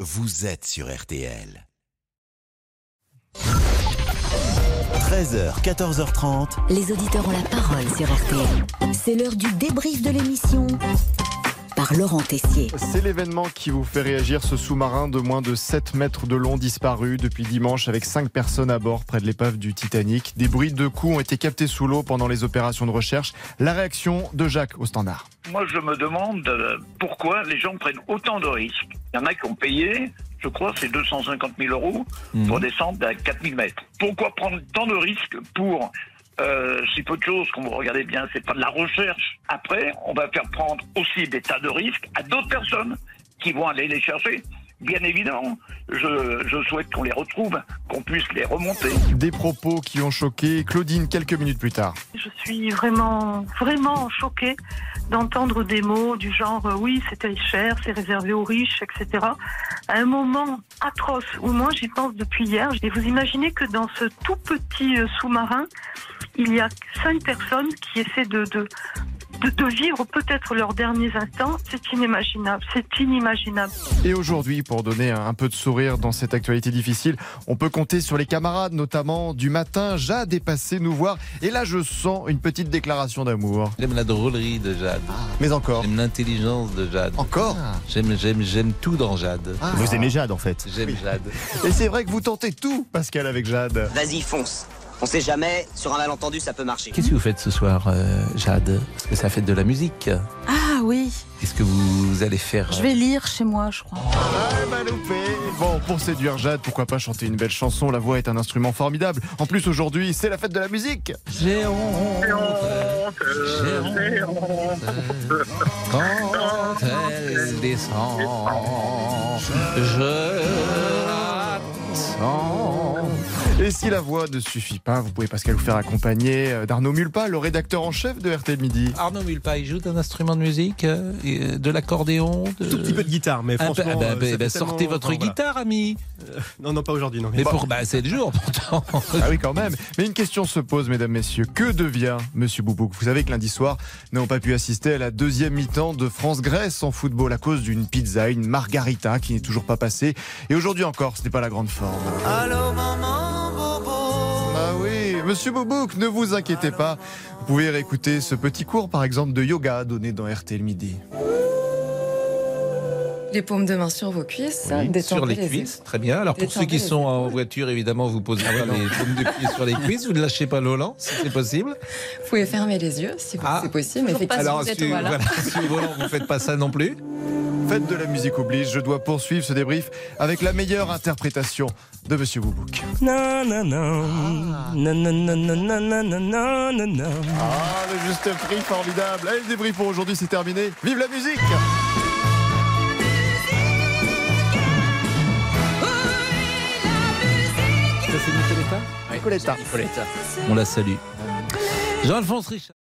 vous êtes sur RTL. 13h, 14h30. Les auditeurs ont la parole sur RTL. C'est l'heure du débrief de l'émission par Laurent Tessier. C'est l'événement qui vous fait réagir, ce sous-marin de moins de 7 mètres de long disparu depuis dimanche avec 5 personnes à bord près de l'épave du Titanic. Des bruits de coups ont été captés sous l'eau pendant les opérations de recherche. La réaction de Jacques au standard. Moi, je me demande euh, pourquoi les gens prennent autant de risques. Il y en a qui ont payé, je crois, c'est 250 000 euros pour descendre à 4000 mètres. Pourquoi prendre tant de risques pour euh, si peu de choses, quand vous regardez bien, c'est pas de la recherche. Après, on va faire prendre aussi des tas de risques à d'autres personnes qui vont aller les chercher. Bien évidemment, je, je souhaite qu'on les retrouve, qu'on puisse les remonter. Des propos qui ont choqué Claudine quelques minutes plus tard. Je suis vraiment, vraiment choquée d'entendre des mots du genre euh, oui, c'était cher, c'est réservé aux riches, etc. À un moment atroce où moi j'y pense depuis hier. Et vous imaginez que dans ce tout petit euh, sous-marin, il y a cinq personnes qui essaient de, de, de, de vivre peut-être leurs derniers instants. C'est inimaginable, c'est inimaginable. Et aujourd'hui, pour donner un un peu de sourire dans cette actualité difficile, on peut compter sur les camarades, notamment du matin. Jade est passée nous voir. Et là, je sens une petite déclaration d'amour. J'aime la drôlerie de Jade. Ah. Mais encore. J'aime l'intelligence de Jade. Encore J'aime, j'aime, j'aime tout dans Ah. Jade. Vous aimez Jade en fait. J'aime Jade. Et c'est vrai que vous tentez tout, Pascal, avec Jade. Vas-y, fonce. On sait jamais, sur un malentendu, ça peut marcher. Qu'est-ce que vous faites ce soir, euh, Jade Parce que ça fait de la musique. Ah oui, Qu'est-ce que vous allez faire je vais lire chez moi, je crois. Ah, elle m'a loupé. Bon, pour séduire Jade, pourquoi pas chanter une belle chanson La voix est un instrument formidable. En plus, aujourd'hui, c'est la fête de la musique. J'ai honte. J'ai honte. Quand elle descend, je l'attends. Et si la voix ne suffit pas, vous pouvez Pascal vous faire accompagner euh, d'Arnaud Mulpa, le rédacteur en chef de RTL Midi. Arnaud Mulpa, il joue d'un instrument de musique, euh, et, euh, de l'accordéon. De... Tout petit peu de guitare, mais Ah, bah, franchement. bah, euh, bah, ça bah, fait sortez tellement votre longtemps, voilà. guitare, ami. Non, non, pas aujourd'hui, non. Mais pour bah, 7 jours, pourtant. Ah oui, quand même. Mais une question se pose, mesdames, messieurs. Que devient Monsieur Boubouk Vous savez que lundi soir, nous n'avons pas pu assister à la deuxième mi-temps de France-Grèce en football à cause d'une pizza, une margarita qui n'est toujours pas passée. Et aujourd'hui encore, ce n'est pas la grande forme. Ah oui, Monsieur Boubouk, ne vous inquiétez pas. Vous pouvez réécouter ce petit cours, par exemple, de yoga donné dans RTL Midi. Les paumes de main sur vos cuisses, Oui, détendez sur les cuisses, très bien. Alors pour ceux Détendez qui les Ah sont en voiture, évidemment, vous posez pas les paumes de pied sur les cuisses, vous ne lâchez pas l'Olan, si c'est possible. Vous pouvez fermer les yeux si Ah. c'est possible. Toujours pas Effectivement, vous êtes si, au volant. si au volant, vous faites pas ça non plus. Fête de la musique oblige, je dois poursuivre ce débrief avec la meilleure interprétation de Monsieur Boubouk. Ah, le juste prix formidable. Allez, le débrief pour aujourd'hui, c'est terminé. Vive la musique Ça, c'est Nicoletta Coletta. On la salue. Jean-Alphonse Richard.